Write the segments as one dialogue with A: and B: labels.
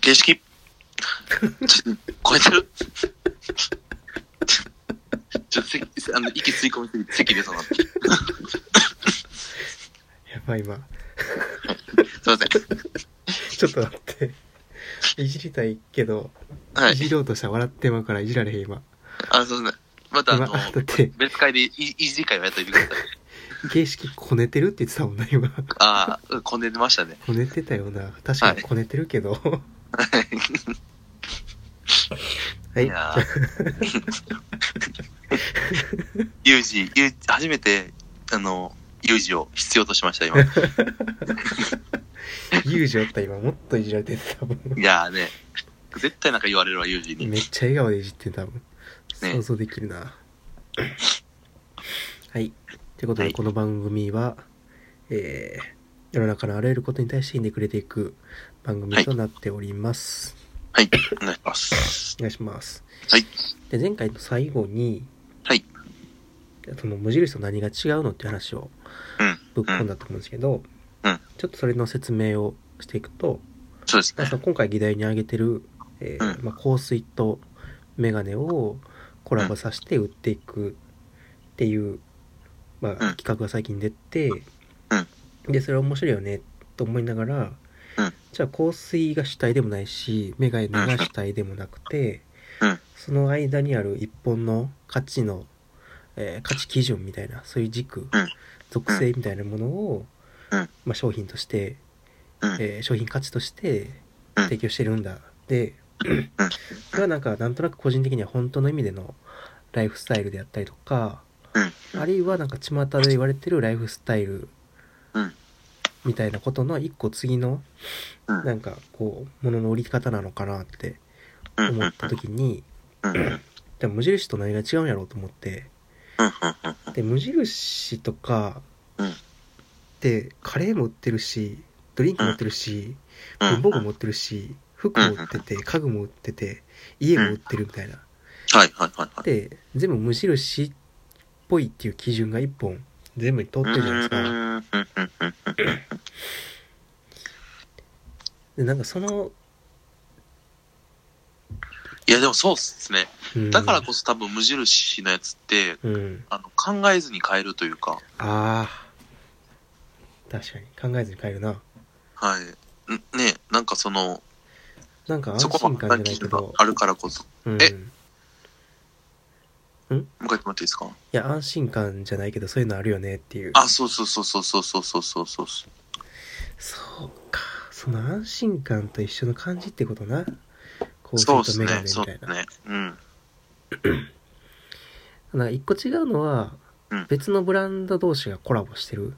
A: 形式ちょっと超えてるちょっと席あの息吸い込みすぎて席出そうになってすい
B: やばい今。
A: ません
B: ちょっと待って。いじりたいけど、、
A: はいい
B: じろうとしたら笑ってまうからいじられへん今。
A: あそうですねまたあ
B: 今、
A: の
B: だって、
A: 別会でいいじり会をやっといてください
B: 形式こねてるって言ってたもんな、今。
A: ああこんでましたね
B: こねてたよな。確かにこねてるけど。は
A: はい
B: い。
A: いやーユージ、ユージ初めて、あの、ユージを必要としま した、今。い
B: 友情おった今、もっといじられてたもん。
A: やーね、絶対なんか言われるわ、ユージに。
B: めっちゃ笑顔でいじってたもん。
A: ね
B: 想像できるな。はい。ということで、
A: はい
B: この番組は、えー、世の中のあらゆることに対してひねくれていく番組となっております。
A: はい、お願いします。
B: お願いします。
A: はい。
B: で、前回の最後に、
A: はい。
B: その無印と何が違うのっていう話を
A: うん、
B: ぶっ込んだと思うんですけど、
A: うん
B: ちょっとそれの説明をしていくと、
A: そうです
B: まあ
A: ね
B: そ。の今回議題に挙げてる、えー
A: うん
B: まあ、香水とメガネをコラボさせて売っていくっていう、まあ、企画が最近出て、でそれ面白いよねと思いながら、
A: うん
B: じゃあ香水が主体でもないしメガネが主体でもなくて、
A: うん
B: その間にある一本の価値の、えー価値基準みたいなそういう軸、属性みたいなものを、
A: うん
B: まあ、商品として
A: うん
B: えー商品価値として
A: うん
B: 提供してるんだ、で
A: うん
B: それはなんかなんとなく個人的には本当の意味でのライフスタイルであったりとか
A: うん
B: あるいはなんか巷で言われてるライフスタイル
A: うん
B: みたいなことの一個次の
A: うん
B: なんかこうものの売り方なのかなって
A: うんうんうん
B: 思った時に
A: うんうんうん
B: でも無印と何が違うんやろうと思って
A: うん
B: で無印とか
A: うん
B: でカレーも売ってるしドリンクも売ってるし、
A: うん
B: 文房具も売ってるし服も売ってて家具も売ってて家も売ってるみたいな
A: はいはいはいはい。
B: で全部無印っぽいっていう基準が1本全部に通ってるじゃないですか
A: うんうんうんうんうん
B: でなんかその、
A: いや、でもそうっすね。
B: うん、
A: だからこそ多分無印のやつって、
B: うん
A: あの考えずに変えるというか、
B: あー確かに考えずに変えるな
A: はい。んね、なんかその、
B: なんか安
A: そこ
B: 心
A: ま
B: 感
A: で
B: じゃな
A: 基
B: いけ
A: 準が
B: ど
A: あるからこそ、
B: うん
A: え
B: い
A: 向かってもらっていいですか
B: や安心感じゃないけどそういうのあるよねっていう
A: あ、そうそうそうそうそうそうそうそうそう。
B: そうかその安心感と一緒の感じってことなコーヒ
A: そうで
B: ー
A: す
B: とメ
A: ね
B: ガネ、みた
A: そう
B: い
A: です
B: な、
A: ね。うん。
B: なんか一個違うのは、
A: うん
B: 別のブランド同士がコラボしてる。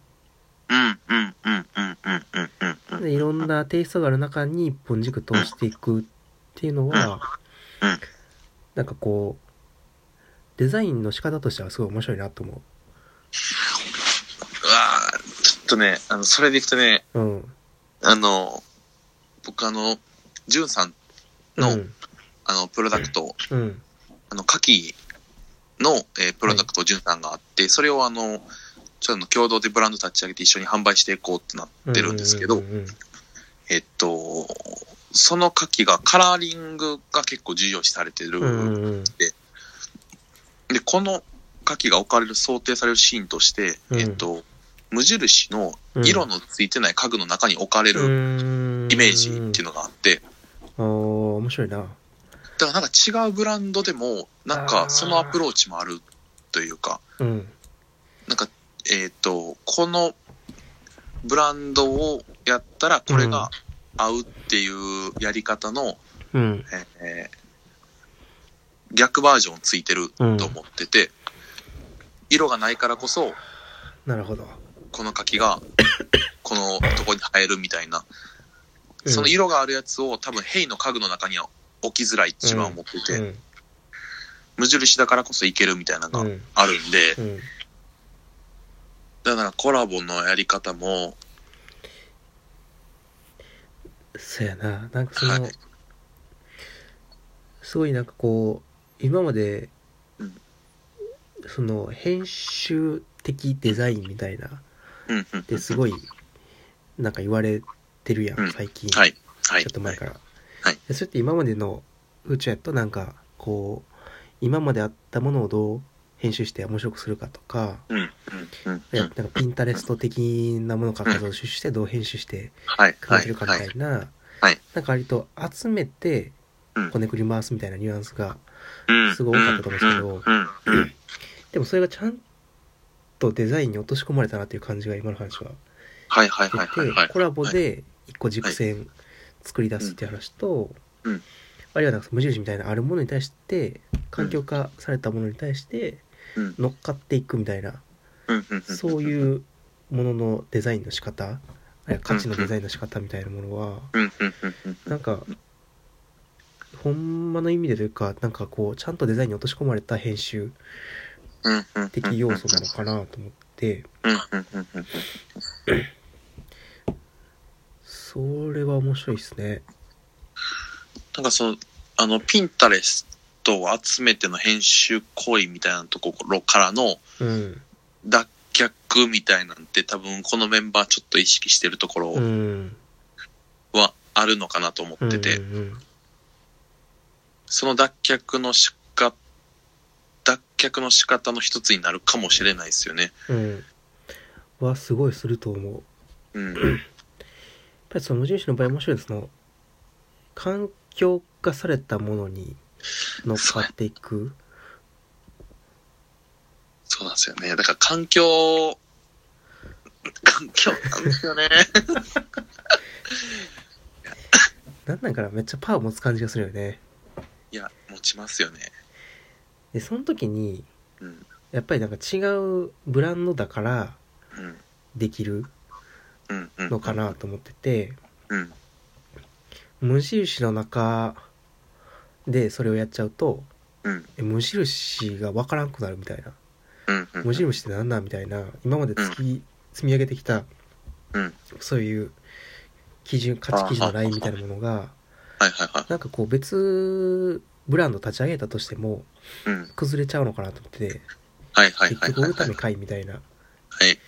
A: うん、うん、うん、うん、うん、うん、うん。うん
B: でいろんなテイストがある中に一本軸通していくっていうのは、
A: うんうん
B: なんかこう、デザインの仕方としてはすごい面白いなと思
A: うわーちょっとね、あの、それでいくとね、
B: う。うん。
A: あの、僕あの、ジュンさんの、
B: うん。
A: あの、プロダクト、
B: うん。
A: あの、カキの、えープロダクト、ジュンさんがあって、それをあの、ちょっとあの共同でブランド立ち上げて一緒に販売していこうってなってるんですけど、
B: うんうんうんうん
A: えっと、そのカキがカラーリングが結構重要視されてる。
B: うんうんうん。
A: で、このカキが置かれる想定されるシーンとして、
B: うん
A: えっと、無印の
B: うん
A: 色のついてない家具の中に置かれるイメージっていうのがあって、
B: うん。おー、面白いな。
A: だからなんか違うブランドでも、なん
B: あー
A: かそのアプローチもあるというか、
B: うん。
A: なんか、えっ、と、このブランドをやったらこれが合うっていうやり方の、
B: うん。
A: えー逆バージョンついてる
B: うん
A: と。思ってて、色がないからこそ、
B: なるほど。
A: この柿がこのとこに生えるみたいな、その色があるやつを多分ヘイの家具の中には置きづらいって自分は思ってて、
B: うん。
A: 無印だからこそいけるみたいな
B: う
A: のが
B: ん。
A: あるんで、
B: うん。
A: だからコラボのやり方も、
B: そやななんかその、
A: はい
B: すごいなんかこう今まで、
A: うん
B: その編集的デザインみたいな
A: うんうんうん
B: ですごいなんか言われてるやん、
A: うん
B: 最近、
A: はい、はい、
B: ちょっと前から、
A: はい
B: でそれって今までの宇宙やとなんかこう今まであったものをどう編集して面白くするかとか
A: うんうんうんう
B: いや
A: ん
B: なんかピンタレスト的なものから画像を収集してどう編集して
A: はい
B: 感
A: はい
B: じるかみ
A: は
B: た
A: い
B: いな、
A: はい
B: なんか割と集めて
A: うん
B: こねくり回すみたいなニュアンスが、
A: うん
B: すごい多かったと思うんですけ
A: うんうんうん
B: でもそれがちゃんとデザインに落とし込まれたなっていう感じが今の話は
A: はいはいはいはい
B: 出
A: はい
B: てコラボで一個軸線作り出すっていう話と、
A: うんうん
B: あるいはなんか無印みたいなあるものに対して環境化されたものに対して
A: うん
B: 乗っかっていくみたいな、
A: うんうんうん
B: そういうもののデザインの仕方あるいは価値のデザインの仕方みたいなものは
A: うんうんうんうん
B: なんかほんまの意味でというかなんかこうちゃんとデザインに落とし込まれた編集
A: うんうんうん
B: 的要素なのかなと思って
A: うんうんうんうん
B: それは面白いですね。
A: なんかそのあのピンタレストを集めての編集行為みたいなところからの
B: うん、
A: 脱却みたいなんて多分このメンバーちょっと意識してるとこ
B: う
A: ろ
B: ん
A: はあるのかなと思ってて、
B: うんうん
A: その脱却のしか脱却の仕方の一つになるかもしれないですよね。
B: うん、はすごいすると思うやっ
A: うん、
B: ぱりその無印の場合面白いですその環境化されたものに乗っかっていく
A: そうなんですよね。だから環境、環境なんですよ ね。
B: なんなんかなめっちゃパワー持つ感じがするよね
A: いや、持ちますよね。
B: でその時に
A: うん、
B: やっぱりなんか違うブランドだから
A: うん、
B: できる
A: うん、うん。
B: のかなと思ってて
A: うん、
B: 無印の中でそれをやっちゃうと
A: うん、
B: え無印が分からんくなるみたいな
A: うん、うん。
B: 無印って何なんみたいな今までつき、積み上げてきた、
A: うん
B: そういう基準価値基準のラインみたいなものが
A: はいはいはい。
B: なんかこう別ブランド立ち上げたとしても
A: うん、
B: 崩れちゃうのかなと思ってて
A: はいはいは
B: 結
A: い
B: 局
A: は
B: 売
A: い
B: るた
A: はい。
B: めかいみたいな
A: はい。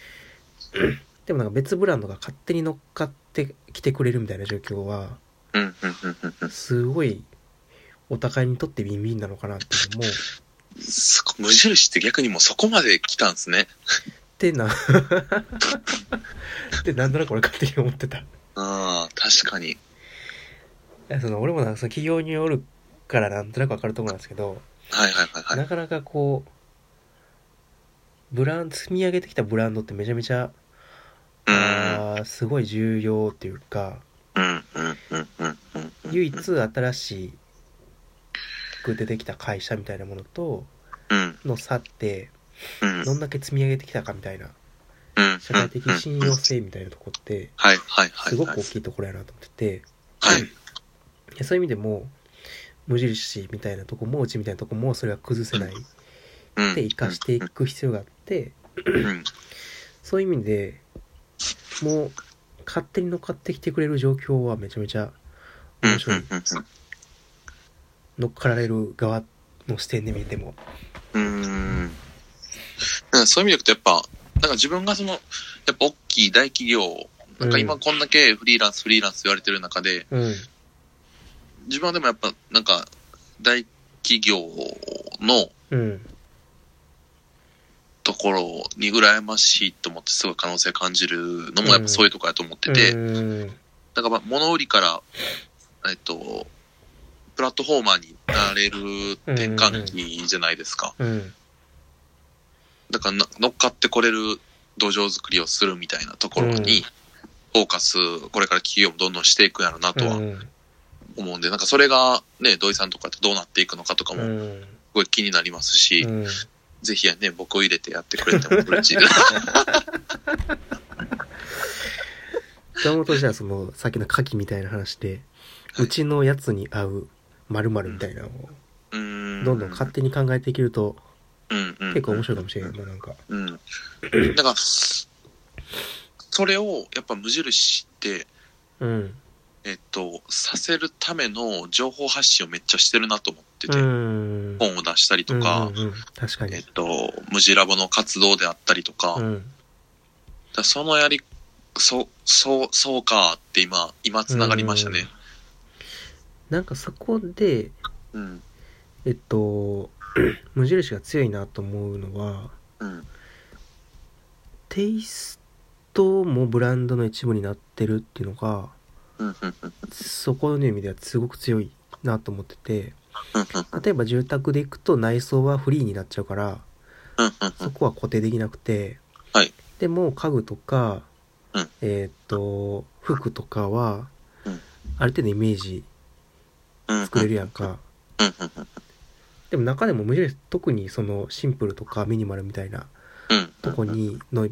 B: でもなんか別ブランドが勝手に乗っかってきてくれるみたいな状況は
A: うん、うん、うん、うんうん。
B: すごいお互いにとってビンビンなのかなっていうのも っ
A: すご無印って逆にもうそこまで来たんですね。
B: てな ってなんとなく俺勝手に思ってた
A: ああ、確かに。
B: いやその俺もなんかその企業によるからなんとなくわかると思うんですけど、
A: はいはいはいはい。
B: なかなかこうブラン積み上げてきたブランドってめちゃめちゃ、あーすごい重要っていうか
A: うん、うん、うん、うん、うんうん。
B: 唯一新しく出てきた会社みたいなものと
A: うん、
B: の差って
A: うん。
B: どんだけ積み上げてきたかみたいな
A: うん
B: 社会的信用。性みたいなとこって
A: はいはいはい。
B: すごく大きいところやなと思ってて
A: はい。
B: いやそういう意味でも無印みたいなとこもうちみたいなとこもそれは崩せない
A: うん。
B: で生かしていく必要があって
A: うん。
B: そういう意味でもう勝手に乗っかってきてくれる状況はめちゃめちゃ
A: うん。
B: 面白い乗っかられる側の視点で見ても
A: うん。うん。なんかそういう意味でいくとやっぱ、なんか自分がその、やっぱ大きい大企業、なんか今こんだけフリーランスフリーランス言われてる中で、
B: うん
A: 自分はでもやっぱなんか大企業の
B: うん
A: ところに羨ましいと思ってすごい可能性感じるのもやっぱそういうとこやと思ってて、
B: うん
A: なんかまあ物売りから、えっと、プラットフォーマーになれる転換期じゃないですか。
B: うん
A: だからな乗っかってこれる土壌作りをするみたいなところに、フォーカス、これから企業もどんどんしていくやろうなとは
B: うん
A: 思うんで、なんかそれがね、土井さんとかとどうなっていくのかとかも
B: う
A: す
B: ん
A: ごい気になりますし、
B: うん
A: ぜひね、僕を入れてやってくれても嬉しい です。
B: 山本じゃあそのさっきの牡蠣みたいな話で
A: はいう
B: ちのやつに合う〇〇みたいなのを
A: うー
B: どんどん勝手に考えていけると
A: うんうん
B: 結構面白いかもしれないななんか
A: うん。だから、それをやっぱ無印って、
B: うん
A: えっと、させるための情報発信をめっちゃしてるなと思って
B: う
A: て、
B: ん
A: 本を出したりとか、
B: うんうんうん確かに
A: えっと、無地ラボの活動であったりとか、
B: う
A: だか
B: ん
A: らそのやり、そ、そう、そうかって今、今つながりましたね。
B: なんかそこで、
A: うん、
B: えっ と、無印が強いなと思うのは、
A: うん、
B: テイストもブランドの一部になってるっていうのが、
A: うん、うん、
B: そこの意味ではすごく強いなと思ってて、
A: うん、うん、
B: 例えば住宅で行くと内装はフリーになっちゃうから、
A: うん、うん、う
B: そ
A: ん、
B: こは固定できなくて、
A: はい
B: でも家具とか、
A: うん
B: えーっと、服とかは、
A: うん
B: ある程度イメージ
A: うん、
B: 作れるやんか。
A: うん、うん、うん、
B: でも中でも無印特にそのシンプルとかミニマルみたいな
A: うん、
B: とこにの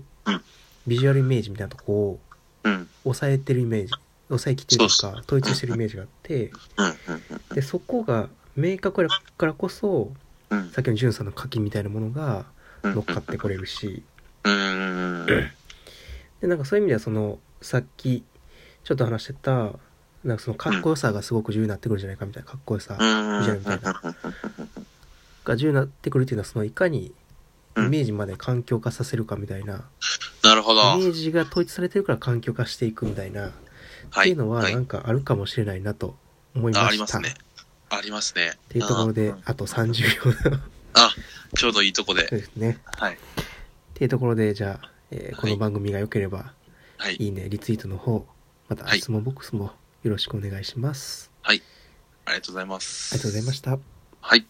B: ビジュアルイメージみたいなとこを
A: うん、うん、
B: 抑えてるイメージ抑えきってると
A: そ
B: か統一してるイメージがあって
A: うん、うん、
B: でそこが明確だからこそ
A: うん、
B: さっきのジュンさんの課金みたいなものが
A: うん、
B: 乗っかってこれるし
A: うん、うん、
B: でなんかそういう意味ではそのさっきちょっと話してたなんかそのかっこよさがすごく重要になってくるんじゃないかみたいなかっこよさが重要になってくるっていうのはそのいかにイメージまで環境化させるかみたいな
A: なるほど。
B: イメージが統一されてるから環境化していくみたいなっ
A: は
B: てい
A: い。
B: うのは
A: はい
B: なんかあるかもしれないなと思い
A: あ
B: ま
A: あり
B: し
A: ま
B: た。
A: す
B: っ
A: ね。ありますね。って
B: いうところで、あと30秒の
A: あ、ちょうどいいとこで。
B: ですね。
A: はい。
B: っていうところで、じゃあ、えーこの番組が良ければ、
A: はい。
B: いいね、リツイートの方、また
A: はい
B: 質問ボックスもよろしくお願いします。
A: ありがとうございます。
B: ありがとうございました。
A: はい。